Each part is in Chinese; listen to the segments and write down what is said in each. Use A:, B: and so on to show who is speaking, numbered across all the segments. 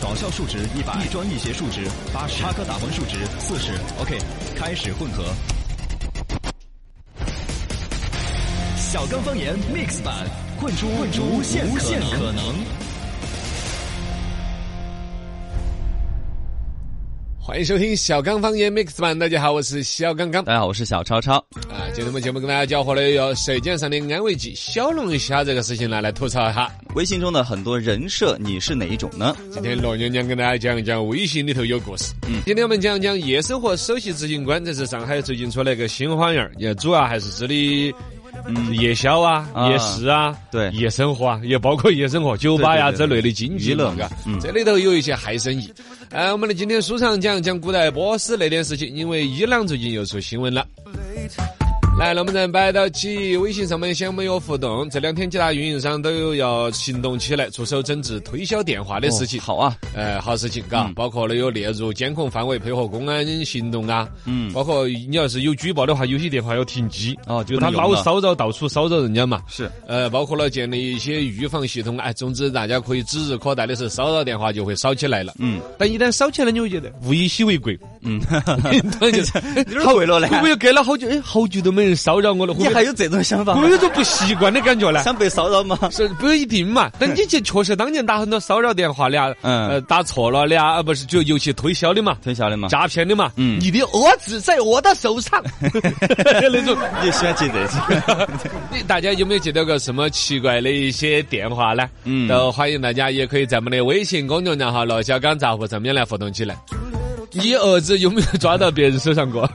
A: 搞笑数值一百，一专一邪数值八十，插科打诨数值四十。OK，开始混合。小刚方言 Mix 版，混出混出无限无限可能。
B: 欢迎收听小刚方言 Mix 版，大家好，我是小刚刚
C: 大家好，我是小超超。
B: 啊。今天我们节目跟大家交换了有舌尖上的安慰剂，小龙虾这个事情呢，来吐槽一下。
C: 微信中的很多人设，你是哪一种呢？
B: 今天罗娘娘跟大家讲一讲微信里头有故事。嗯，今天我们讲一讲夜生活首席执行官，这是上海最近出了一个新花样儿，也主要还是指的。嗯，夜宵啊，
C: 啊
B: 夜市啊，
C: 对
B: 夜生活啊，也包括夜生活、酒吧呀
C: 对对
B: 之
C: 对
B: 类的经济
C: 娱乐
B: 嘛嘎
C: 嗯
B: 这里头有一些害生意。呃，我们的今天书上讲讲古代波斯那点事情，因为伊朗最近又出新闻了。来，那么在摆到起微信上面想我们有互动。这两天几大运营商都有要行动起来，出手整治推销电话的事情。
C: 哦好啊，
B: 呃，好事情，嘎，
C: 嗯
B: 包括了有列入监控范围，配合公安行动啊，
C: 嗯
B: 包括你要是有举报的话，有些电话要停机，
C: 哦
B: 就
C: 不
B: 他
C: 能
B: 老
C: 用了
B: 骚扰到处骚扰人家嘛，
C: 是，
B: 呃，包括了建立一些预防系统，哎，总之大家可以指日可待的是，骚扰电话就会少起来了。
C: 嗯
B: 但一旦少起来，你会觉得物以稀为贵，
C: 嗯，
B: 突然就是
C: 你这是毁了嘞
B: 哎会不会隔了好久？哎，好久都没人骚扰我了，会
C: 你
B: 不
C: 还
B: 会
C: 有这种想法
B: 会不？会有种不习惯的感觉呢？
C: 想被骚扰吗？
B: 是不一 定嘛？但你这确实当年打很多骚扰电话的啊，
C: 嗯
B: 呃，打错了的啊，呃不是就尤其推销的嘛，
C: 推销的吗？
B: 诈骗的嘛，
C: 嗯
B: 你的儿子在我的手上，那种。
C: 你喜欢接这 些？
B: 你大家有没有接到过什么奇怪的一些电话呢？
C: 嗯
B: 都欢迎大家也可以在我们的微信公众账号“罗小刚杂货”上面来互动起来。你儿子有没有抓到别人手 上过？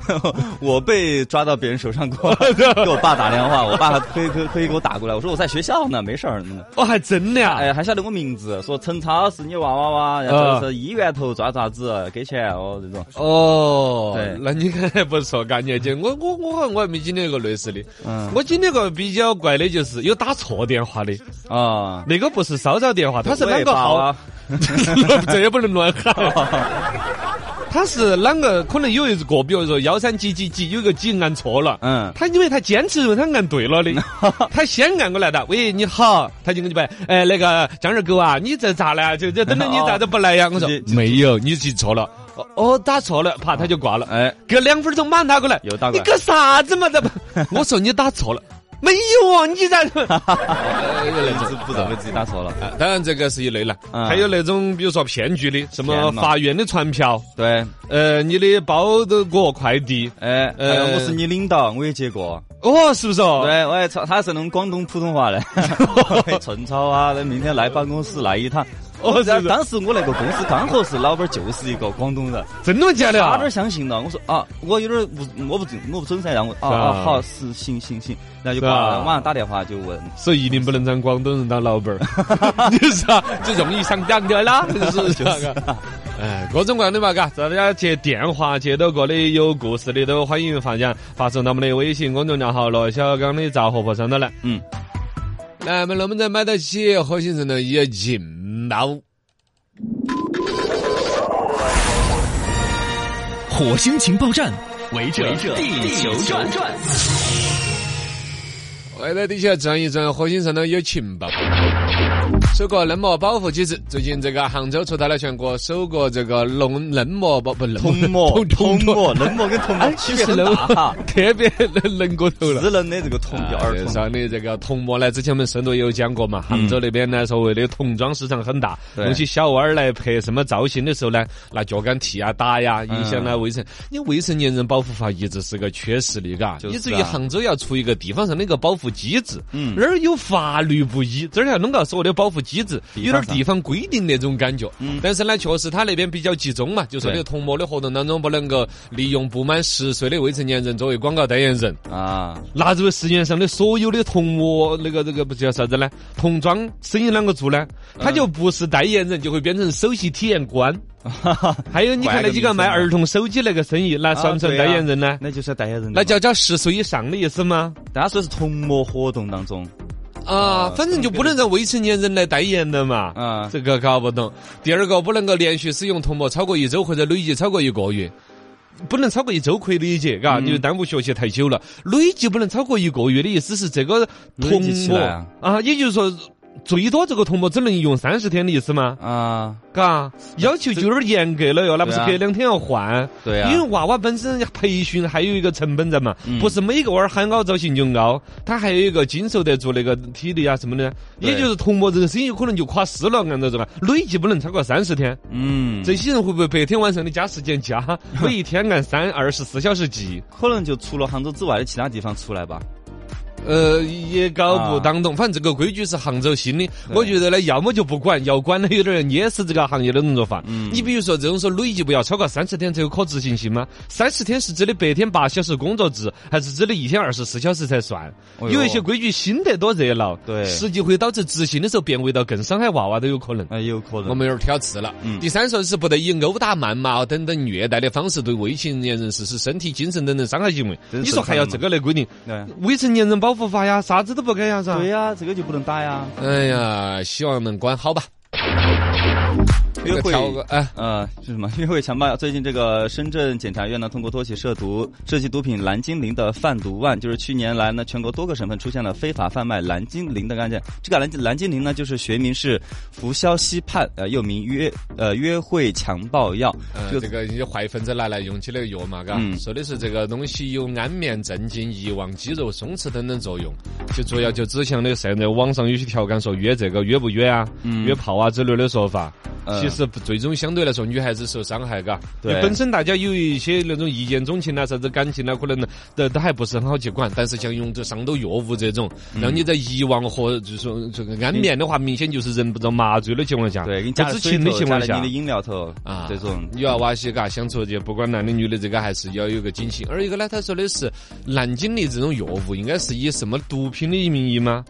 C: 我被抓到别人手上 过，给我爸打电话，我爸可以可以可以给我打过来，我说我在学校呢，没事儿。嗯
B: 哦，还真的啊！
C: 哎，还晓得我名字，说陈超是你娃娃哇，然
B: 啊
C: 后是医院头抓爪子，给钱哦这种。
B: 哦
C: 对，
B: 那你看还不错，嘎，你还见我我我好像我还没经历过类似的。
C: 嗯
B: 我经历过比较怪的就是有打错电话的，
C: 啊，
B: 那个不是骚扰电话，他是哪
C: 喂
B: 个号？
C: 爸
B: 这也不能乱 喊。他是啷个？可能有一个，比如说幺三几几几，有个几按错了。
C: 嗯
B: 他因为他坚持他按 对了的，他先按过来的。喂，你好，他就跟你摆，哎，那个江二狗啊，你这咋了？就 就
C: 哦
B: 等着你咋都不来呀？我说
C: 直接
B: 没有，你记错了。哦哦，打错了，啪，他就挂了。
C: 哎，
B: 隔两分钟马上打过来，
C: 又打过
B: 你
C: 来
B: 搞啥子嘛？这不， 我说你打错了，没有啊，你咋？
C: 名字不认为自己打错了。
B: 啊当然，这个是一类了，
C: 嗯
B: 还有那种比如说骗局的，什么
C: 骗嘛
B: 法院的传票，
C: 对，
B: 呃，你的包的裹快递，
C: 哎，
B: 呃
C: 还有我是你领导，我也接过。
B: 哦，是不是哦？
C: 对，我也操，他是那种广东普通话的，陈超啊，那明天来办公室来一趟。
B: 哦是是
C: 当时我那个公司刚合适，老板就是一个广东人，
B: 真的假的
C: 差
B: 啊
C: 点？相信了。我说啊，我有点不，我不准，我不准噻，让我啊
B: 是啊
C: 啊好是行行行，然后
B: 是
C: 就
B: 啊
C: 挂了。晚上打电话就问，
B: 所以一定不能让广东人当老板 儿，就是啊，就容易上当的 啦，是不是啊？嘎哎，各种各样的嘛，嘎，大家接电话接到过的有故事的都欢迎发讲，发送到我们的微信公众账号“罗小刚的杂货铺”上头来。
C: 嗯，
B: 来，我们能不能买得起火星人的也劲爆？
A: 火星情报站，围着
C: 围着
A: 地球转。
B: 为了地球转一转，火星上头有情报。首个嫩模保护机制，最近这个杭州出台了全国首个这个龙嫩模保不嫩
C: 铜模、
B: 铜
C: 铜
B: 模，
C: 模、嫩模跟铜模
B: 哎，
C: 区
B: 其
C: 别
B: 实
C: 很
B: 嫩
C: 大 哈，
B: 特别嫩嫩过头了
C: 智。能的这个铜叫儿
B: 啊
C: 童。
B: 上的这个铜模呢，之前我们深度有讲过嘛，杭州那边呢，所谓的童装市场很大，
C: 对
B: 弄起小娃儿来拍什么造型的时候呢，拿脚杆踢啊打呀，
C: 嗯
B: 影响了未成你未成年人保护法一直是个缺失的，嘎，
C: 就是啊
B: 以至于杭州要出一个地方上的一个保护机制，
C: 嗯
B: 这儿有法律不依，这儿要弄个所谓的保护机制，有
C: 地
B: 点
C: 方上
B: 地方规定那种感觉
C: 嗯，
B: 但是呢，确实他那边比较集中嘛，就说
C: 对
B: 这个童模的活动当中不能够利用不满十岁的未成年人作为广告代言人。
C: 啊，
B: 拿这个世界上的所有的童模，那个这个不叫啥子呢？童装生意啷个做呢？他就不是代言人，就会变成首席体验 官。还有你看那几个卖啊儿童手机那个生意，那算不算代言人呢？
C: 啊那就是代言人的嘛。
B: 那叫叫十岁以上的意思吗？
C: 大家说是同模活动当中
B: 啊，
C: 啊
B: 反正就不能让未成年人来代言的嘛。
C: 啊，
B: 这个搞不懂。第二个，不能够连续使用童模超过一周或者累计超过一个月。不能超过一周可以理解，嘎，
C: 嗯
B: 你就耽误学习太久了。累计不能超过一个月的意思是这个
C: 累
B: 童
C: 计起
B: 模
C: 来啊
B: 啊，也就是说最多这个铜膜只能用三十天的意思吗？
C: 啊，
B: 嘎，要求就有点严格了哟，那不是
C: 对啊
B: 隔两天要换？
C: 对啊
B: 因为娃娃本身培训还有一个成本在嘛，
C: 嗯
B: 不是每个娃儿喊高造型就高，他还有一个经受得住那个体力啊什么的，
C: 对
B: 也就是铜膜人生有可能就垮死了，按照这个累计不能超过三十天。
C: 嗯，
B: 这些人会不会白天晚上的加时 间加，每一天按三二十四小时计？
C: 可能就除了杭州之外的其他地方出来吧。
B: 呃，也搞不当懂，反正这个规矩是杭州新的，我觉得呢，要么就不管，要管呢有点儿捏死这个行业的人做法。
C: 嗯
B: 你比如说这种说累计不要超过三十天才有可执行性吗？三十天是指的白天八小时工作制，还是指的一天二十四小时才算？
C: 哎呦
B: 有一些规矩新得多热闹，
C: 对
B: 实际会导致执行的时候变味道，更伤害娃娃都有可能。
C: 哎，有可
B: 我
C: 能。
B: 们有点挑刺了。
C: 嗯
B: 第三说是不得以殴打、谩骂等等虐待的方式对未成年人实施身体、精神等等伤害行为。
C: 这是
B: 你说还要这
C: 正
B: 个来规定？
C: 对
B: 未成年人保护法呀，啥子都不改呀，是吧
C: 对？呀，这个就不能啊打呀。
B: 哎呀，希望能管好吧。
C: 约会
B: 挑个哎，
C: 呃，是什么？ 约会强暴。最近这个深圳检察院呢，通过多起涉毒、涉及毒品蓝精灵的贩毒案，就是去年来呢，全国多个省份出现了非法贩卖蓝精灵的案件。这个蓝蓝精灵呢，就是学名是氟硝西泮，呃，又名约呃约会强暴药。
B: 呃，这个你坏分子拿来用起那个药嘛，嘎，
C: 嗯
B: 说的是这个东西有安眠、镇静、遗忘、肌肉松弛等等作用，就主要就指向的现在网上有些调侃说约这个约不约啊，
C: 嗯
B: 约炮啊之类的说法。
C: 呃
B: 其实最终相对来说，女孩子受伤害，嘎，因
C: 对
B: 为本身大家有一些那种一见钟情啊，啥子感情啊，可能都都还不是很好去管。但是像用这上头药物这种，
C: 嗯
B: 让你在遗忘和就是说这个安眠的话，明显就是人不着麻醉的情况下，
C: 对，给你
B: 不
C: 加了
B: 知
C: 水
B: 情的
C: 头，
B: 情
C: 加
B: 况
C: 了
B: 下
C: 你的饮料头
B: 啊，
C: 这种。
B: 女娃娃些嘎，相处就不管男的女的，这个还是要有个警醒。而一个呢，他说的是蓝精灵这种药物应该是以什么毒品的名义吗？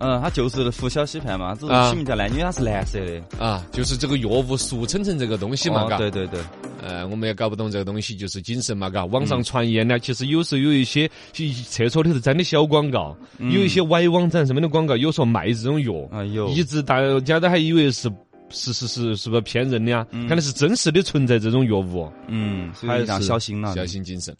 C: 嗯，它就是氟硝西泮嘛，这种
B: 啊
C: 起名叫蓝，因为它是蓝色的。
B: 啊，就是这个药物俗称成这个东西嘛，
C: 哦
B: 嘎、
C: 对对对，
B: 呃，我们也搞不懂这个东西，就是精神嘛，嘎。网
C: 嗯
B: 上传言呢，其实有时候有一些一厕所里头粘的小广告，有一些歪网站上面的广告，有说卖这种药，
C: 嗯哎呦，
B: 一直大家都还以为是。是是是，是不是骗人的呀？看来是真实的存在这种药物，
C: 嗯，所
B: 还
C: 以
B: 是
C: 一定要小心了。
B: 小心谨慎。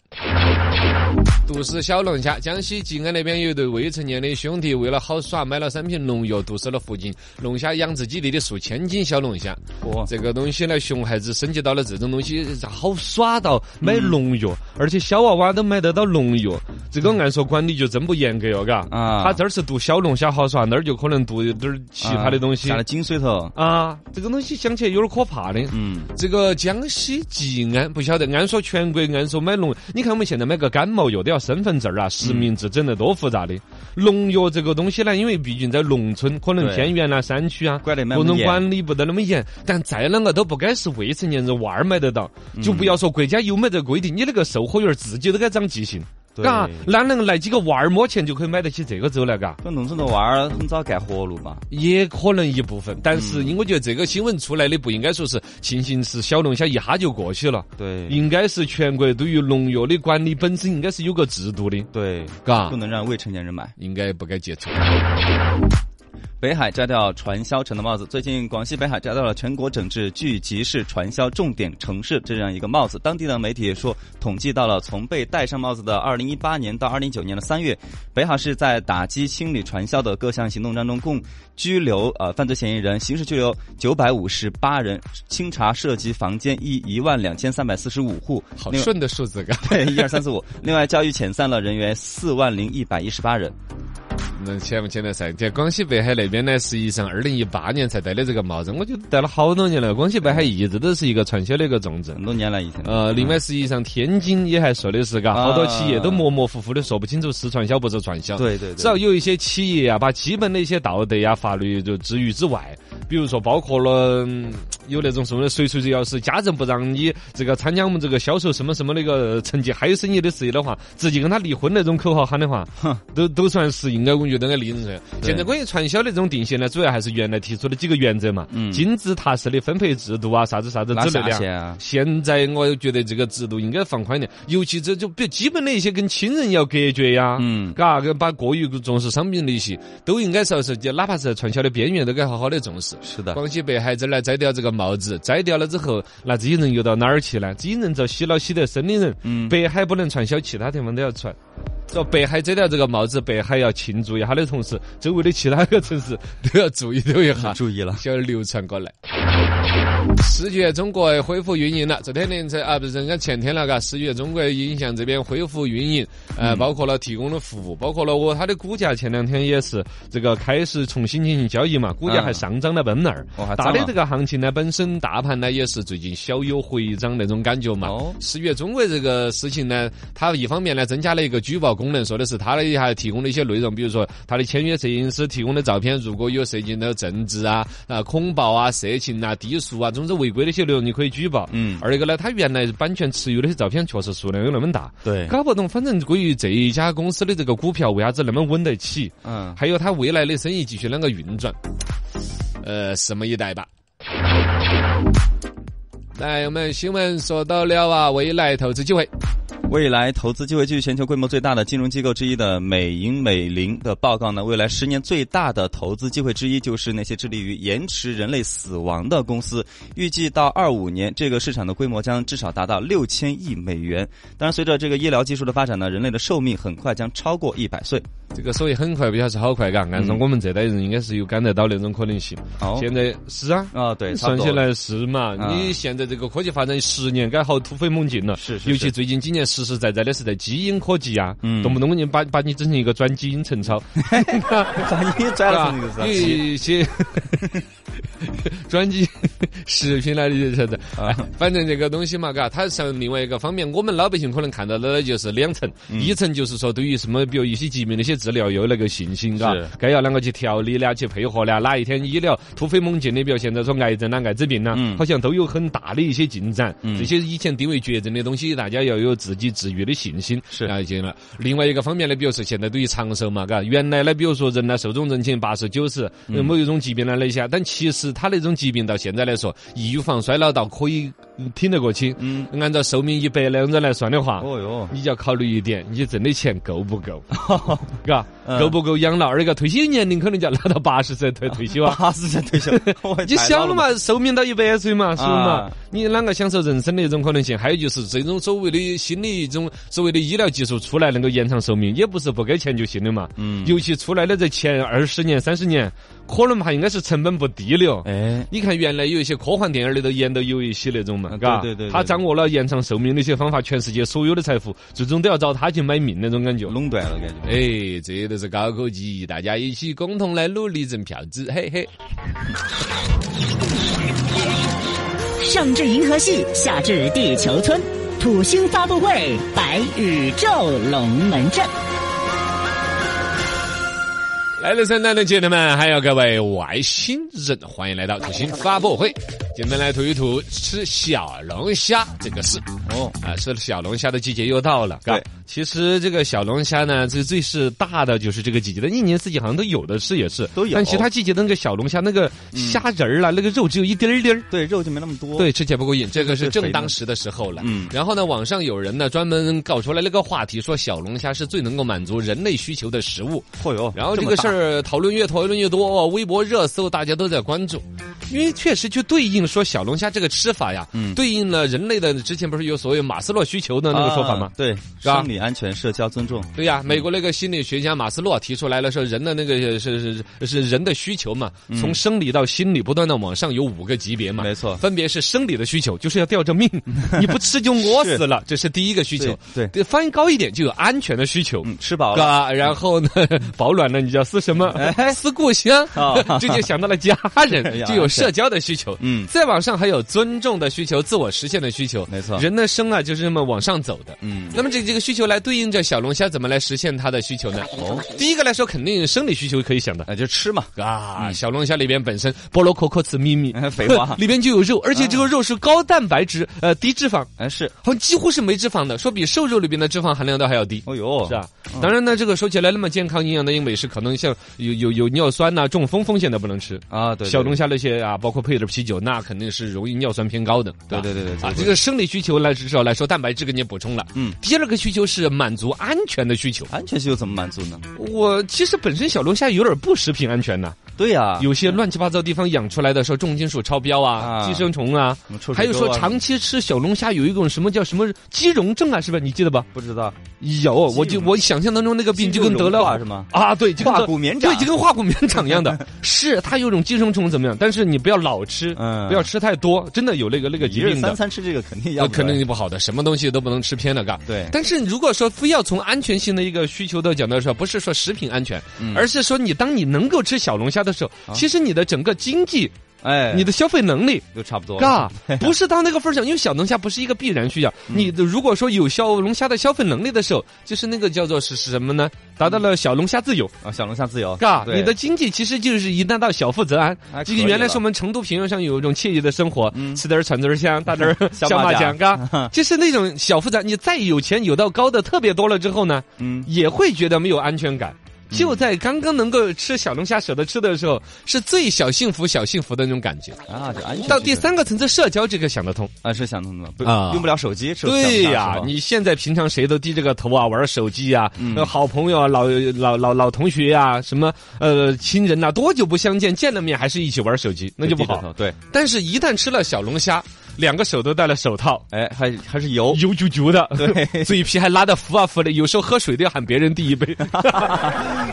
B: 毒死小龙虾，江西吉安那边有一对未成年的兄弟，为了好耍，买了三瓶农药，毒死了附近龙虾养殖基地的数千斤小龙虾。
C: 哦
B: 这个东西呢，熊孩子升级到了这种东西，好耍到买农药，而且小娃娃都买得到农药，这个按说管理就真不严格哟，嘎。
C: 啊
B: 他这儿是毒小龙虾好耍，那儿就可能毒点儿其他的东西
C: 加了金水头。
B: 啊。这个东西想起来有点可怕的。
C: 嗯，
B: 这个江西吉安不晓得，按说全国按说买农，你看我们现在买个感冒药都要身份证儿啊、实名制，整得多复杂的。农药这个东西呢，因为毕竟在农村，可能
C: 对
B: 偏远啊、山区啊，
C: 管得蛮
B: 各种
C: 严
B: 管理不得那么严。但再啷个都不该是未成年人娃儿买得到，
C: 嗯
B: 就不要说国家有没得规定，你那个售货员儿自己都该长记性。
C: 对
B: 嘎，哪能来几个娃儿摸钱就可以买得起这个走来？嘎，
C: 跟农村的娃儿很早干活路嘛。
B: 也可能一部分，但
C: 嗯
B: 是因为我觉得这个新闻出来的不应该说是庆幸是小龙虾一哈就过去了。
C: 对，
B: 应该是全国对于农药的管理本身应该是有个制度的，
C: 对，
B: 嘎
C: 不，能让未成年人买。
B: 应该不该接触。
C: 北海摘掉传销城的帽子。最近，广西北海摘掉了全国整治聚集式传销重点城市这样一个帽子。当地的媒体也说，统计到了从被戴上帽子的2018年到2019年的三月，北海市在打击清理传销的各项行动当中，共拘留呃犯罪嫌疑人、刑事拘留958人，清查涉及房间一一万两千三百四十五户，
B: 好
C: 另外
B: 顺的数字，嘎，
C: 对，一二三四五。另外，教育遣散了人员四万零一百一十八人。
B: 能前不前得噻？这广西北海那边呢，实际上二零一八年才戴的这个帽子，我觉得戴了好多年了。广西北海一直都是一个传销的一个重镇
C: 很。多年来以前，
B: 呃，另外实际上天津也还说的是，嘎，
C: 啊
B: 好多企业都模模糊糊的说不清楚是传销不是传销。
C: 对对对，
B: 只要有一些企业啊，把基本的一些道德呀、法律就置于之外，比如说包括了嗯有那种什么谁谁谁要是家人不让你这个参加我们这个销售什么什么那个成绩嗨生意的事业的话，直接跟他离婚那种口号喊的话，都都算是应该我觉得应该立人噻。
C: 对
B: 现在关于传销的这种定性呢，主要还是原来提出的几个原则嘛，
C: 嗯
B: 金字塔式的分配制度啊，啥子啥子
C: 拿
B: 之类
C: 下
B: 的啊。
C: 线啊。
B: 现在我觉得这个制度应该放宽一点，尤其这就比较基本的一些跟亲人要隔绝呀，
C: 嗯
B: 嘎，跟把过于重视商品利息，都应该说是，就哪怕是传销的边缘，都该好好的重视。
C: 是的，
B: 广西北海这儿来摘掉这个帽子，摘掉了之后，那这些人又到哪儿去呢？这些人遭洗脑洗得深的人，
C: 嗯
B: 北海不能传销，其他地方都要传。说北海摘掉这个帽子，北海要庆祝一下的同时，周围的其他个城市都要注意都一下。
C: 注意了，
B: 就流传过来。十月中国恢复运营了，昨天凌晨啊，不是人家前天了，嘎，十月中国影像这边恢复运营，呃，
C: 嗯
B: 包括了提供的服务，包括了我它的股价前两天也是这个开始重新进行交易嘛，股价还上涨了奔那儿
C: 哦啊还。涨
B: 大
C: 了
B: 的这个行情呢，本身大盘呢也是最近小有回涨那种感觉嘛
C: 哦。
B: 十月中国这个事情呢，它一方面呢增加了一个举报功能，说的是它的还提供了一些内容，比如说它的签约摄影师提供的照片，如果有涉及到政治啊、啊恐暴啊、色情啊、低俗啊，总之违规的一些内容，你可以举报。
C: 嗯
B: 二一个呢，它原来版权持有的一些照片确实数量有那么大，
C: 对，
B: 搞不懂，反正关于这一家公司的这个股票为啥子那么稳得起，
C: 嗯，
B: 还有它未来的生意继续啷个运转，呃，拭目以待吧。来，我们新闻说到了啊，未来投资机会。
C: 未来投资机会，据全球规模最大的金融机构之一的美银美林的报告呢，未来十年最大的投资机会之一就是那些致力于延迟人类死亡的公司。预计到二五年，这个市场的规模将至少达到六千亿美元。当然，随着这个医疗技术的发展呢，人类的寿命很快将超过一百岁。
B: 这个所以很快，不晓得是好快，嘎。按说我们这代人应该是有感得到那种可能性。
C: 嗯哦
B: 现在是啊，
C: 啊，对，差不
B: 算
C: 多
B: 起来是嘛？
C: 啊
B: 你现在这个科技发展十年，该好突飞猛进了。
C: 是是
B: 尤其
C: 是
B: 最近几年实实在在的是在基因科技啊，
C: 嗯
B: 动不动给你把把你整成一个转基因陈超，
C: 咋一拽了你
B: 有
C: 就是
B: 一些专辑视频来的就是的，哎反正这个东西嘛，嘎，它像另外一个方面，我们老百姓可能看到的就是两层，一层就是说对于什么，比如一些疾病的一些治疗有那个信心，嘎
C: 是，
B: 该要啷个去调理呢，去配合呢，哪一天医疗突飞猛进的，比如现在说癌症啦、艾滋病啦
C: 嗯，
B: 好像都有很大的一些进展，
C: 嗯
B: 这些以前定为绝症的东西，大家要有自己治愈的信心，
C: 是
B: 啊，进了。另外一个方面呢，比如说现在对于长寿嘛，嘎，原来呢，比如说人呢寿终正寝八十九十，
C: 嗯
B: 呃某一种疾病呢那一下，但其实他那种疾病到现在来说，预防衰老到可以嗯挺得过去。
C: 嗯，
B: 按照寿命一百那样子来算的话，
C: 哦哟，
B: 你就要考虑一点，你挣的钱够 不够，嘎，
C: 嗯
B: 够不够养老？二一个退休年龄可能就要拉到八十岁退退休啊。
C: 八十岁 退休，我
B: 你想了？嘛，寿命到一百岁嘛，是不是嘛？
C: 啊
B: 你啷个享受人生的一种可能性？还有就是这种所谓的新的一种所谓的医疗技术出来能够延长寿命，也不是不给钱就行的嘛。
C: 嗯
B: 尤其出来的这前二十年、三十年，可能还应该是成本不低的哦。
C: 哎，
B: 你看，原来有一些科幻电影里头演的有一些那种嘛，
C: 啊
B: 嘎，
C: 对对对对
B: 他掌握了延长寿命的一些方法，全世界所有的财富最终都要找他去买命那种感觉。
C: 垄断了感觉。
B: 哎，这都是高科技，大家一起共同来努力挣票子，嘿嘿。
D: 上至银河系，下至地球村，土星发布会，白宇宙龙门阵。
B: 来了，三代的姐妹们，还有各位外星人，欢迎来到土星发布会。姐妹们来吐一吐吃小龙虾这个事
C: 哦，
B: 啊，吃小龙虾的季节又到了，嘎
C: 对。
B: 其实这个小龙虾呢，最最是大的就是这个季节的，一年四季好像都有的是，也是
C: 都有嗯
B: 但其他季节的那个小龙虾，那个虾仁儿啦，啊那个肉只有一丁儿丁儿。
C: 对，肉就没那么多。
B: 对，吃起来不过瘾，这个是
C: 是肥
B: 正
C: 的
B: 当时的时候了。
C: 嗯
B: 然后呢，网上有人呢专门搞出来了个话题，说小龙虾是最能够满足人类需求的食物。
C: 嚯哟，
B: 然后这
C: 么
B: 个
C: 大
B: 事儿讨论越讨论越多，微博热搜大家都在关注，因为确实就对应说小龙虾这个吃法呀，
C: 嗯
B: 对应了人类的之前不是有所谓马斯洛需求的那个说法吗？
C: 啊对，
B: 吧
C: 生理安全、社交尊重，
B: 对呀，美国那个心理学家马斯洛提出来了，说人的那个是是是是人的需求嘛，从生理到心理不断的往上有五个级别嘛，
C: 没错
B: 分别是生理的需求，就是要吊着命，你不吃就饿死了，这是第一个需求。
C: 对对
B: 翻译高一点就有安全的需求，
C: 嗯，吃饱了，哎
B: 嘎，然后呢， 保暖呢，你叫思什么？思故乡
C: 哦，
B: 这就想到了家
C: 哎
B: 人，
C: 呀
B: 就有社交的需求。
C: 嗯
B: 再往上还有尊重的需求、自我实现的需求。
C: 没错
B: 人的生啊就是这么往上走的。
C: 嗯，
B: 那么这这个需求来对应着小龙虾怎么来实现它的需求呢？哦，第一个来说，肯定生理需求可以想到。
C: 那哎就吃嘛，
B: 啊，小龙虾里边本身菠萝可可吃咪咪，
C: 哎嗯 废话 啊
B: 里边就有肉，而且这个肉是高蛋白质，呃，低脂肪，
C: 哎是，
B: 好像几乎是没脂肪的，说比瘦肉里边的脂肪含量都还要低。
C: 哦哟，
B: 是啊，当然呢，这个说起来那么健康营养的美食，可能像有有有尿酸呐、中风风险的不能吃。
C: 啊，对，对
B: 小龙虾那些啊，包括配点啤酒，那肯定是容易尿酸偏高的。
C: 对
B: 吧
C: 对对对对
B: 啊，
C: 对
B: 这个生理需求来至少来说，蛋白质给你补充了。
C: 嗯，
B: 第二个需求是满足安全的需求。
C: 安全需求怎么满足呢？
B: 我其实本身小龙虾有点不食品安全呐、
C: 对呀，
B: 有些乱七八糟地方养出来的时候，重金属超标啊，
C: 啊
B: 寄生虫啊
C: 什么臭水沟啊
B: 还有说长期吃小龙虾有一种什么叫什么肌溶症啊，是吧？你记得吧？
C: 不知道
B: 有，我
C: 肌
B: 就
C: 溶
B: 我想象当中那个病就跟得
C: 肌肉融化
B: 了
C: 是吗？
B: 啊，对，就跟
C: 化
B: 得
C: 骨绵掌
B: 对，就跟化骨绵掌一 样的。是它有种寄生虫怎么样？但是你不要老吃，
C: 嗯
B: 不要吃太多，真的有那个那个
C: 一
B: 疾
C: 日
B: 病
C: 三
B: 的。
C: 餐吃这个肯定要
B: 那
C: 不
B: 肯
C: 得嗯
B: 定不好的，什么东西都不能吃偏了，嘎。
C: 对
B: 但是如果说非要从安全性的一个需求的讲到说，不是说食品安全，
C: 嗯
B: 而是说你当你能够吃小龙虾的时候，其实你的整个经济、
C: 啊哎，哦
B: 你的消费能力。
C: 就差不多了
B: 嘎，不是到那个份儿上，因为小龙虾不是一个必然需要。
C: 嗯
B: 你的如果说有小龙虾的消费能力的时候，就是那个叫做是是什么呢？达到了小龙虾自由，
C: 啊，小龙虾自由，
B: 嘎，
C: 对
B: 你的经济其实就是一旦到小富则安
C: 还。
B: 这
C: 可
B: 个
C: 以嗯
B: 原来
C: 了
B: 是我们成都平原上有一种惬意的生活，吃点儿串串儿香，打点儿
C: 小
B: 小
C: 麻
B: 麻
C: 将
B: 将，嘎，就是那种小富则安。你再有钱有到高的特别多了之后呢，
C: 嗯
B: 也会觉得没有安全感。就在刚刚能够吃小龙虾舍得吃的时候，是最小幸福、小幸福的那种感觉。
C: 啊，这安全
B: 到
C: 系
B: 第
C: 数
B: 三个层次，社交这个想得通。
C: 啊是想通了，不
B: 啊
C: 用不了手机，手机想
B: 对
C: 不
B: 呀、
C: 大是吧嗯
B: 你现在平常谁都低着个头啊，玩手机啊，呃好朋友啊，老老老老同学啊，什么呃亲人呐、多久不相见，见了面还是一起玩手机，那就不
C: 低着
B: 好。
C: 头对，
B: 但是，一旦吃了小龙虾，两个手都戴了手套。
C: 哎，还还是 油，
B: 油啾啾的，
C: 对
B: 嘴皮还拉的浮啊浮的，有时候喝水都要喊别人递一杯。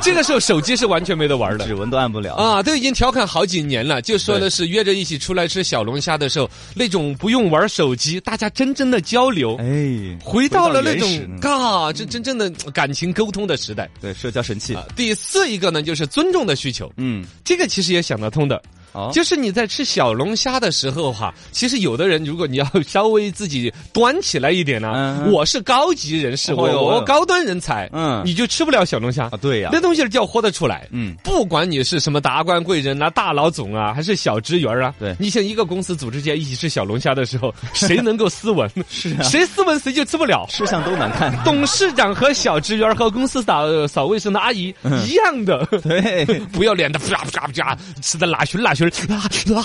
B: 这个时候手机是完全没得玩 的
C: 指纹都按不了，
B: 啊，都已经调侃好几年了，就说的是约着一起出来吃小龙虾的时候，那种不用玩手机，大家真正的交流，
C: 哎，
B: 回到了那
C: 回到原始嗯
B: 种嘎，这真正的感情沟通的时代。
C: 对社交神器
B: 啊，第四一个呢，就是尊重的需求。
C: 嗯，
B: 这个其实也想得通的，
C: 哦，
B: 就是你在吃小龙虾的时候哈、其实有的人如果你要稍微自己端起来一点呢、
C: 嗯
B: 我是高级人士，
C: 哦
B: 我
C: 哟
B: 我
C: 哦
B: 我
C: 哟
B: 高端人才，
C: 嗯
B: 你就吃不了小龙虾
C: 啊，对呀
B: 那，东西就要豁得出来。
C: 嗯，
B: 不管你是什么达官贵人啊、大老总啊，还是小职员啊，
C: 对
B: 你像一个公司组织间一起吃小龙虾的时 候，谁能够斯文？是啊，谁斯文谁就吃不了。
C: 吃相都难看，
B: 董事长和小职员和公司扫扫卫生的阿姨一样的，
C: 嗯对，
B: 不要脸的，啪啪啪，吃的辣熏辣熏，啊 啊！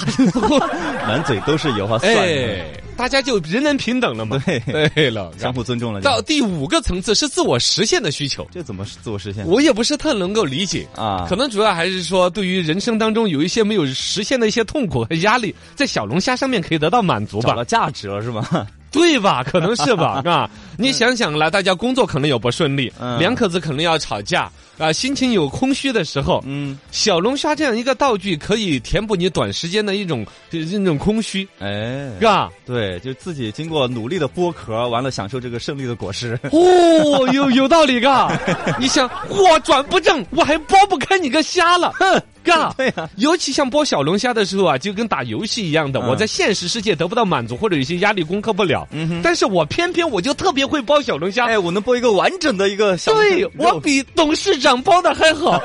C: 满嘴都是油啊，算
B: 哎
C: 了，，
B: 大家就人人平等了嘛。
C: 对
B: 对了，
C: 相互尊重了，
B: 到第五个层次是自我实现的需求。
C: 这怎么是自我实现？
B: 我也不是特能够理解
C: 啊
B: 可能主要还是说对于人生当中有一些没有实现的一些痛苦和压力，在小龙虾上面可以得到满足
C: 找
B: 吧
C: 到，价值了是吗？
B: 对吧？可能 是吧，啊，你想想啦，大家工作可能有不顺利，
C: 嗯
B: 两口子可能要吵架啊，心情有空虚的时候，
C: 嗯，
B: 小龙虾这样一个道具可以填补你短时间的一种那种空虚，
C: 哎
B: 是。吧？
C: 对，就自己经过努力的剥壳，完了享受这个胜利的果实。
B: 哦，有有道理嘎！ 你想，我转不正，我还剥不开你个 虾了，哼，嘎！
C: 对呀嗯
B: 尤其像剥小龙虾的时候啊，就跟打游戏一样的，我在现实世界得不到满足，或者有些压力攻克不了，但是我偏偏我就特别会剥小龙虾。
C: 哎，我能剥一个完整的一个小
B: 对
C: 肉
B: 我比董事长剥的还 好，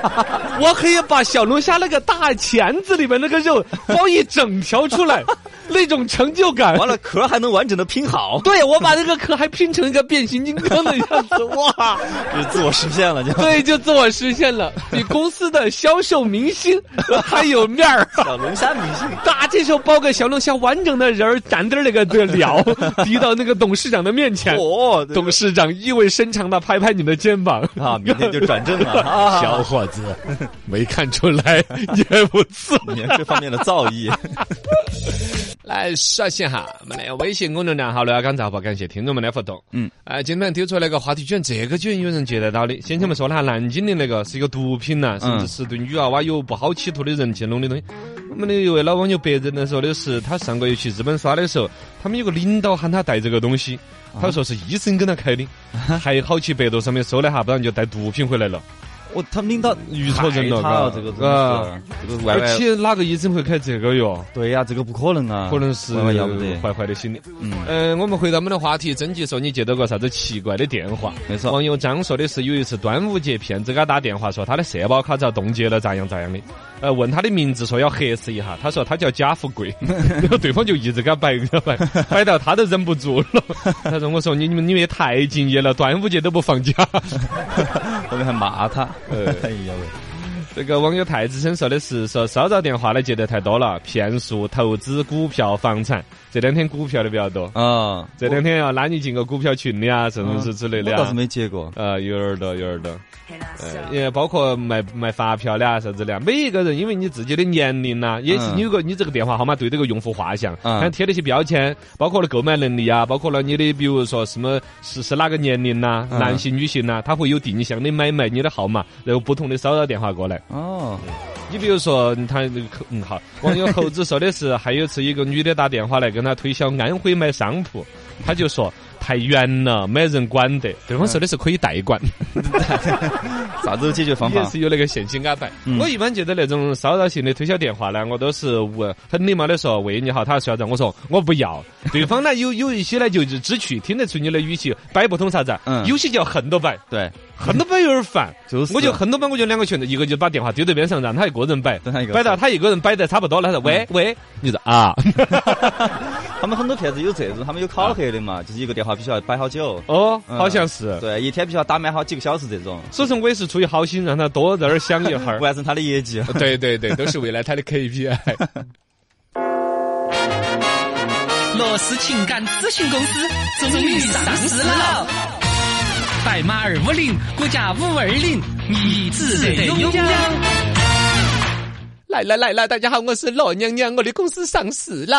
B: 我可以把小龙虾那个大钳子里面那个肉剥一整条出来，那种成就感。
C: 完了壳还能完整的拼好，
B: 对，我把那个壳还拼成一个变形金刚的样子， 哇！
C: 这自我实现了就。
B: 对，就自我实现了，比公司的销售明星还有面 儿。
C: 小龙虾明星，
B: 大这时候包个小龙虾完整的人儿，斩点儿那个的 了，递到那个董事长的面前。
C: 哦，对
B: 董事长意味深长的拍拍你的肩膀，
C: 啊，明天就转正了 啊！
B: 小伙子，没看出来也不错。
C: 你看这方面的造诣，
B: 来刷新哈，我们来微信公众账号“刘刚早报”，感谢听众们的互动。嗯
C: 嗯，
B: 哎、今天丢出来个话题卷，这个居然有人接得到的。先前我们说了哈，南京的那个是一个毒品呐、甚至
C: 嗯
B: 是对女娃娃有不好企图的人去弄的东西。我们的一位老网友白人呢说的是，他上个月去日本耍的时候，他们有个领导喊他带这个东西，他说是医生跟他 开的，还好去百度上面搜了哈，不然就带毒品回 来了。
C: 我他们领导
B: 遇错人了
C: 害怕
B: 嘎
C: 这个东
B: 啊
C: 西，这个歪
B: 而
C: 歪，
B: 且哪个医生会开这个哟？
C: 对呀，这个不可能啊，
B: 可能是
C: 歪歪要不得，
B: 坏坏的心理。
C: 嗯
B: 嗯，我们回到我们的话题，征集说你接到过啥子奇怪的电话？
C: 没错
B: 网友张说的是有一次端午节，骗子给他打电话说他的社保卡遭冻结了，咋样咋样的。呃，问他的名字说要核实一下，他说他叫贾 富贵，然后对方就一直给他摆给他摆，摆到他都忍不住了。他说：“我说你你们你们也太
C: 嗯
B: 敬业了，端午节都不放假。”
C: 后面还骂他，
B: 呃
C: 哎呀喂，
B: 这个网友太子生说的是说骚扰电话的接得太多了，骗术、投资、股票、房产，这两天股票的比较多。
C: 啊，
B: 这两天要拉你进个股票群的呀，什么什么之类的
C: 我倒是
B: 呀。
C: 没接过。
B: 呃，有点儿多，有点儿多。
E: 哎
B: 呃，也包括卖卖发票的啊，啥子的啊。每一个人因为你自己的年龄呐、也是
C: 嗯
B: 你有个你这个电话号码对这个用户画像，
C: 嗯
B: 还贴了一些标签，包括了购买能力啊，包括了你的比如说什么是是哪个年龄呐、
C: 嗯
B: 男性女性呐、它会有定向的买卖你的号码，然后不同的骚扰电话过来。
C: 哦，
B: 你比如说，嗯他那个口嗯好，网友猴子说的是，还有一次一个女的打电话来跟他推销安徽买商铺，他就说太远了，没人管得。对方说的是可以代管，
C: 啥子解决嗯方
B: 也
C: 法？嗯
B: 是有那个信息安排。我一般觉得那种骚扰性的推销电话呢，我都是问很礼貌的说：“喂，你好，他说啥子？”我说：“我不要。”对方呢有有一些呢就是知趣，听得出你的语气摆不通啥子，啊
C: 嗯
B: 有些叫横着摆，
C: 对，
B: 横着摆有点烦。
C: 就是
B: 我就横着摆，我就两个选择，一个就把电话丢在边上，让他一个人摆
C: 让他一，个
B: 摆到他一个人摆得差不多了，他说喂喂，你说啊，
C: 他们很多骗子有这种，他们有考核的嘛，就是一个电话必须要摆好久，
B: 哦，
C: 嗯
B: 好像是。
C: 对，一天必须要打满好几个小时这种，
B: 所以说我也是出于好心，让他多在那儿想一 会儿。
C: 完成他的业绩。
B: 对对对，都是为了他的 KPI。
E: 乐视情感咨询公司终于上市了，百马二五零，股价五二零，你值得拥有。
B: 来来来来，大家好，我是罗娘娘，我的公司上市喽。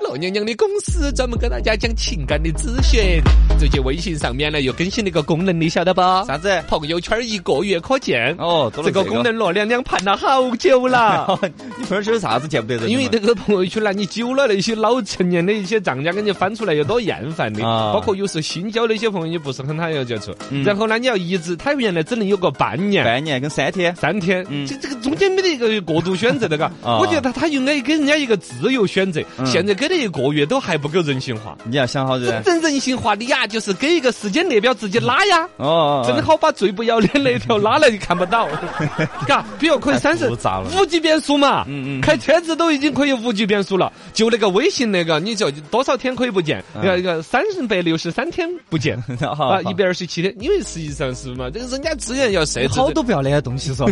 B: 罗娘娘的公司专门跟大家讲情感的咨询，最近微信上面呢又更新了一个功能，你晓得不？
C: 啥子？
B: 朋友圈一个月可见。
C: 哦，多了
B: 这个功能罗娘娘盼了好久 了。
C: 哦， 你朋友圈有啥子见不得人的嘛？
B: 因为这个朋友圈呢，你久了那些老成年的一些账家给你翻出来，有多厌烦的。
C: 啊嗯
B: 包括有时候新交的一些朋友，你不是很他要接触。然后呢，你要一直，他原来只能有个半 年。
C: 半年跟三天，
B: 三天，
C: 嗯，
B: 这这个中间没得一个过度选择的，嘎
C: 啊
B: 我觉得他他应该给人家一个自由选择。
C: 嗯啊
B: 现在给了一个月都还不够人性化，
C: 你要想好
B: 真
C: 人。
B: 正人性化的呀，就是给一个时间列表自己拉呀。
C: 哦，
B: 正好把最不要脸那一条拉来就看不到， 嘎，比如可以三十
C: 太复杂了
B: 无级变速嘛，
C: 嗯嗯
B: 开车子都已经可以无级变速了，就那个微信那个，你就多少天可以不见？
C: 嗯
B: 那个三百六十三天不见
C: 好好
B: 啊，一百二十七天，因为实际上是嘛，这个人家资源要设置的。
C: 不要脸的东西 说。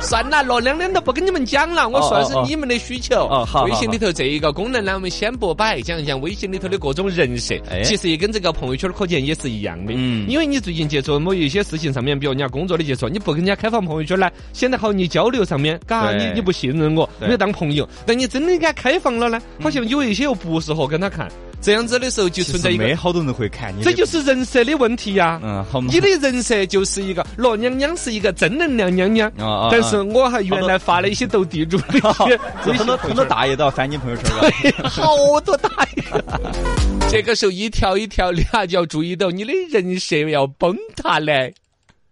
B: 算了，啊罗娘娘都不跟你们讲了，我说的是
C: 哦哦哦
B: 你们的需求。
C: 哦好
B: 微信里头这一个功能呢，我们先不摆，讲一讲微信里头的各种人设
C: 哎，
B: 其实也跟这个朋友圈可见也是一样的。
C: 嗯
B: 因为你最近接触某一些事情上面，比如人家工作的接触，你不跟人家开放朋友圈呢，显得好你交流上面，嘎，
C: 对
B: 你你不信任我，
C: 对嗯
B: 没有当朋友。但你真的给他开放了呢，好像有一些又不适合跟他看。这样子的时候就
C: 其
B: 存
C: 实
B: 在一个
C: 没，好多人会看你的。
B: 这就是人设的问题呀。
C: 嗯，好嘛。
B: 你的人设就是一个罗娘娘是一个正能量娘娘，
C: 啊啊啊
B: 但是我还原来发了一些斗地主 的一些
C: 就
B: 这
C: 很多
B: 些
C: 很多大爷都要翻你朋友圈了。
B: 好多大爷。这个时候一条一条的啊，就要注意到你的人设要崩塌嘞。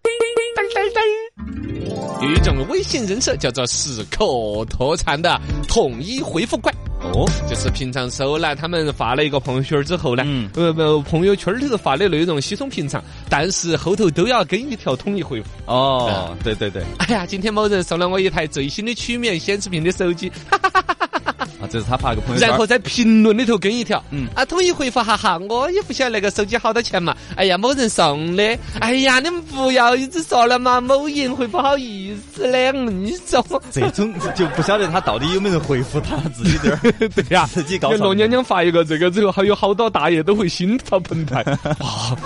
B: 噔噔噔有一种微信人设叫做死口头禅的统一回复怪。
C: 哦，
B: 就是平常时候呢，他们发了一个朋友圈之后呢，
C: 嗯
B: 呃不，朋友圈里头发的内容稀松平常，但是后头都要跟一条统一回复。
C: 哦，对对对，
B: 哎呀，今天某人送了我一台最新的曲面显示屏的手机，
C: 啊，这是他发了个朋友圈。
B: 然后在评论里头跟一条，
C: 嗯
B: 啊，统一回复，哈哈，我也不晓得那个手机好多钱嘛，哎呀，某人送的，哎呀，你们不要一直说了嘛，某人会不好意思的，嗯你说，
C: 这种就不晓得他到底有没有人回复他自己这儿。 对 呀，自己搞
B: 给
C: 错
B: 罗。娘娘发一个这个之后，还有好多大爷都会心潮 澎湃，哇，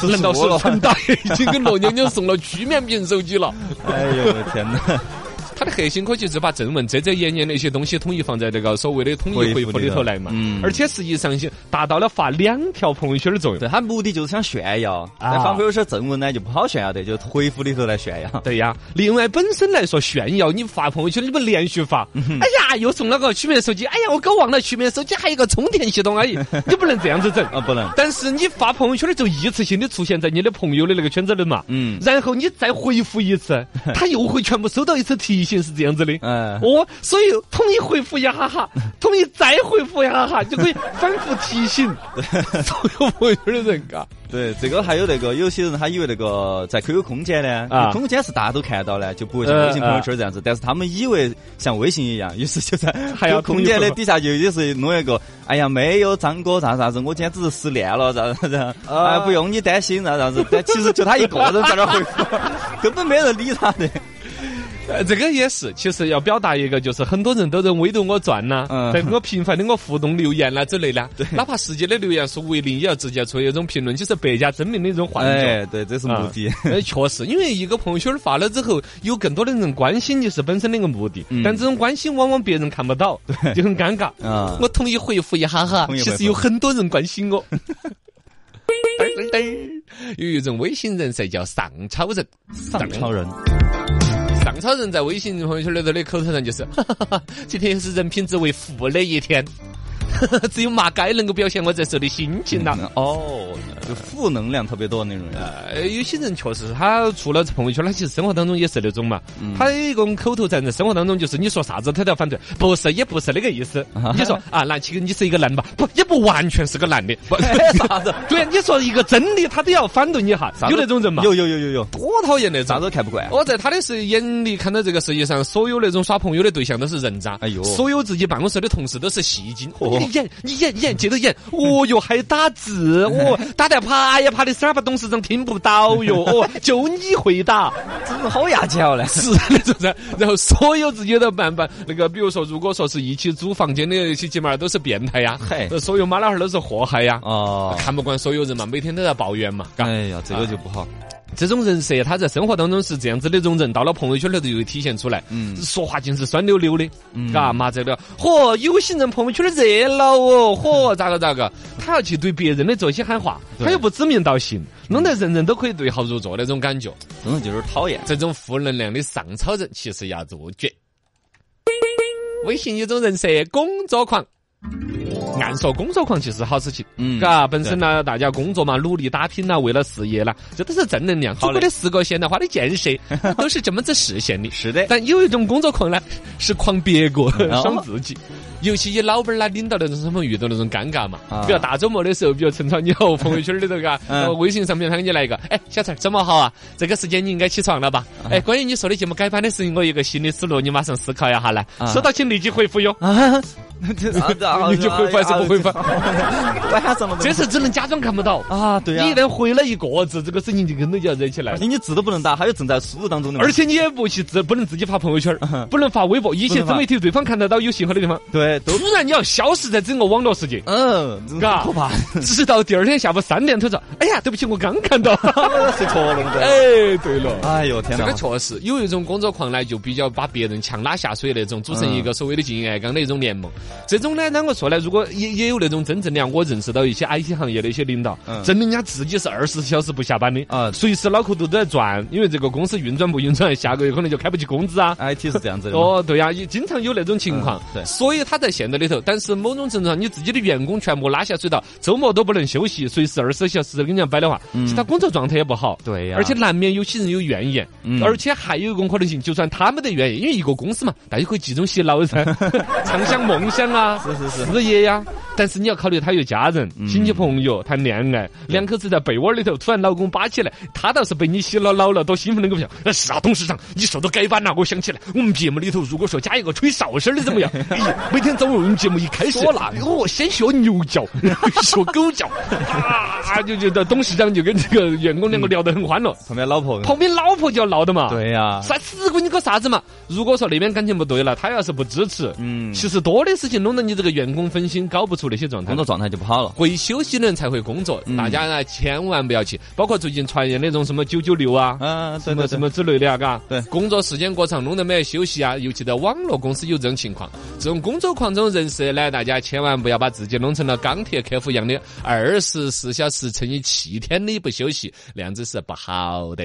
C: 吃
B: 难道
C: 素
B: 是
C: 了
B: 陈大爷已经给罗娘娘送了曲面屏手机了？
C: 哎呦我的天哪！
B: 它的核心科技是把正文遮遮掩掩的一些东西统一放在这个所谓的统一回复里头来嘛，
C: 回复里头嗯
B: 而且实际上是达到了发两条朋友圈的作用。
C: 对他目的就是想炫耀，但
B: 啊
C: 发朋友圈正文呢就不好炫耀的，就回复里头来炫 耀。
B: 对呀，另外本身来说炫耀，你发朋友圈你不连续发，
C: 嗯
B: 哎呀，又送了个曲面手机，哎呀，我搞忘了曲面手机还有个充电系统而 已，你不能这样子整
C: 啊，不能。
B: 但是你发朋友圈的时候，一次性的出现在你的朋友的那个圈子里嘛，
C: 嗯
B: 然后你再回复一次，他又会全部收到一次提信是这样子的。
C: 嗯
B: 我所以统一回复呀哈哈，统一再回复呀哈哈，就 可以反复提醒所有朋友的人，嘎。
C: 对，这个还有那个，有些人他以为那个在 QQ 空间呢，
B: 啊
C: QQ 空间是大家都看到呢，就不会像微信朋友圈这样子，但是他们以为像微信一样，于是就在
B: 还要
C: QQ 空间
B: 通
C: 的
B: 知
C: 底下就也是弄一个，哎呀，没有张哥啥啥子，我今天只是失恋了，啥啥啥，啊，不用你担心，啥啥子，但其实就他一个人在那儿回复，根本没人理他的。
B: 呃，这个也是，其实要表达一个，就是很多人都在围着我转呐、
C: 嗯
B: 在跟我频繁的我互动留 言啦、之类的，哪怕实际的留言是违令，也要直接做一种评论，就是百家争鸣的一种幻 觉。
C: 哎，对，这是目的。
B: 啊呃，确实，因为一个朋友圈发了之后，有更多的人关心你是本身的一个目的，
C: 嗯
B: 但这种关心往往别人看 不到，就很尴尬。
C: 啊
B: 我统一回复一下哈，
C: 统一回
B: 其
C: 复
B: 实有很多人关心 我。噔噔 噔有一种微信人才叫上超人，
C: 上超人，
B: 上超人在微信朋友圈里头的口头禅就是 哈哈哈哈：今天是人品值为负的一天， 只有骂街能够表现我这时候的心情呐、
C: 哦，就负能量特别多的那种人。
B: 呃，有些人确实，他除了朋友圈，他其实生活当中也是那种嘛。他有一种口头禅，在生活当中就是你说啥子他都要反对，不是也不是那个意 思。你说啊，那其实你是一个男的吧？不，也不完全是个男的。 不，啥子？对，你说一个真的，他都要反对你一下。有那种人嘛？
C: 有有有有有，
B: 多讨厌那种
C: 啥。都看不惯。
B: 我在他的是眼里看到这个世界上所有那种耍朋友的对象都是人渣，
C: 哎呦
B: 所有自己办公室的同事都是戏精，你演你演演接着演，哦哟还打字，哦
C: 哎
B: 打得啪呀啪的，三把董事长听不到哟，哦就你 会打，
C: 真是好牙尖哦嘞！
B: 是那种噻。然后所有自己的办办那个，比如说如果说是一起租房间的一起姐妹儿都是变态呀
C: 嗨，
B: 呃所有妈老汉儿都是祸害呀。
C: 哦，
B: 看不惯所有人嘛，每天都在抱怨嘛，嘎。
C: 哎呀，这个就不好。
B: 这种人设，他在生活当中是这样子的一种人，到了朋友圈里头就会体现出来。
C: 嗯
B: 说话尽是酸溜溜的，嘎、麻这了。嚯，有些人朋友圈儿热闹哦，嚯，咋个咋个，他要去对别人的这些喊话，他又不指名道姓，弄得人人都可以对号入座那种感觉。
C: 真的就是讨厌。
B: 这种负能量的上超人，其实要杜绝。微信有种人设，工作狂。按说工作狂其实好事情，
C: 嗯
B: 嘎，本身呢，大家工作嘛，努力打拼啦，为了事业啦，这都是正能量。
C: 好
B: 中
C: 嘞
B: 国的十个现代化的 建设都是这么子实现的。
C: 是 的，
B: 但有一种工作狂呢，是狂别个
C: 哦，
B: 伤自己。尤其以老板儿啦、领导那种身份遇到那种尴尬嘛
C: 啊，
B: 比如大周末的时候，比如陈超你哦，朋友圈里头嘎，
C: 嗯
B: 然后微信上面他给你来一个，哎，小陈儿怎么好啊？这个时间你应该起床了吧？
C: 啊
B: 哎，关于你说的节目改版的事情，我有个新的思路，你马上思考一下来
C: 啊，
B: 收到请立即回复哟。
C: 你啊
B: 你就回复还是不回复
C: 晚上了
B: 这次只能假装看不到。
C: 啊，对呀、啊
B: 你一旦回了一个字，这个事情就跟着就要惹起来
C: 而
B: 了
C: 且。你字都不能打，还有正在输入当中的嘛。
B: 而且你也不去自，不能自己发朋友圈儿，不能发微博，一
C: 啊不
B: 切
C: 能发
B: 自媒体对方看得到有信号的地方，
C: 对都
B: 突然你要消失在整个网络世 界。
C: 嗯，真是
B: 嘎
C: 可怕，
B: 直到第二天下午三点，他说：“哎呀，对不起，我刚看到。
C: 睡错了”对。
B: 哎，对了。
C: 哎呦天
B: 这
C: 哪
B: 个！确实有一种工作狂呢，就比较把别人强拉下水那种，组成一个所谓的敬业爱岗的一种联盟。这种呢，啷个说呢？如果也也有那种真正的啊，我认识到一些 IT 行业的一些嗯领导，
C: 嗯
B: 真的人家自己是二十小时不下班的
C: 啊
B: 随时脑壳都在转，因为这个公司运转不运转，下个月可能就开不起工资啊。
C: 哎 IT 是这样子的嘛，
B: 哦，对呀、也经常有那种情况
C: 嗯，对
B: 所以他在现在里头，但是某种程度上，你自己的员工全部拉下水到，周末都不能休息，随时二十四小时跟人家摆的话，其实他工作状态也不好，
C: 嗯对呀
B: 而且难免有些人有怨言，
C: 啊嗯
B: 而且还有一种可能性，就算他们的怨言，因为一个公司嘛，大家可以集中洗脑噻， 畅想梦想啊，
C: 是是是嗯
B: 事业呀、但是你要考虑他有家人、亲戚朋友、谈恋爱，两口子在被窝里头，突然老公扒起来，他倒是被你洗了脑了，多兴奋那个不像。那是啊，董事长，你说的改版了，我想起来，我们节目里头如果说加一个吹哨声的怎 么样？哎呀每天早上我们节目一开始，哦，先学牛叫，然后 学狗 叫，啊，就觉得董事长就跟这个员工两个聊得很欢乐，
C: 旁边老婆
B: 旁边老婆就要闹的嘛。。
C: 对呀、
B: 啥死鬼，你搞啥子嘛？如果说那边感情不对了，他要是不支持，
C: 嗯
B: 其实多的事情弄得你这个员工分心，搞不出那些状态
C: 工
B: 来
C: 作。状态就不好了。
B: 会休息的人才会工作，
C: 嗯
B: 大家呢千万不要去。包括最近传言那种什么九九六啊。
C: 啊，对
B: 什
C: 对
B: 么
C: 对
B: 什，么之类的啊，嘎，
C: 对
B: 工作时间过长，弄得没得休息啊，尤其在网络公司有这种情况。这种工作狂这种人设呢，大家千万不要把自己弄成了钢铁客服一样的二十四小时乘以七天的不休息，那样子是不好的。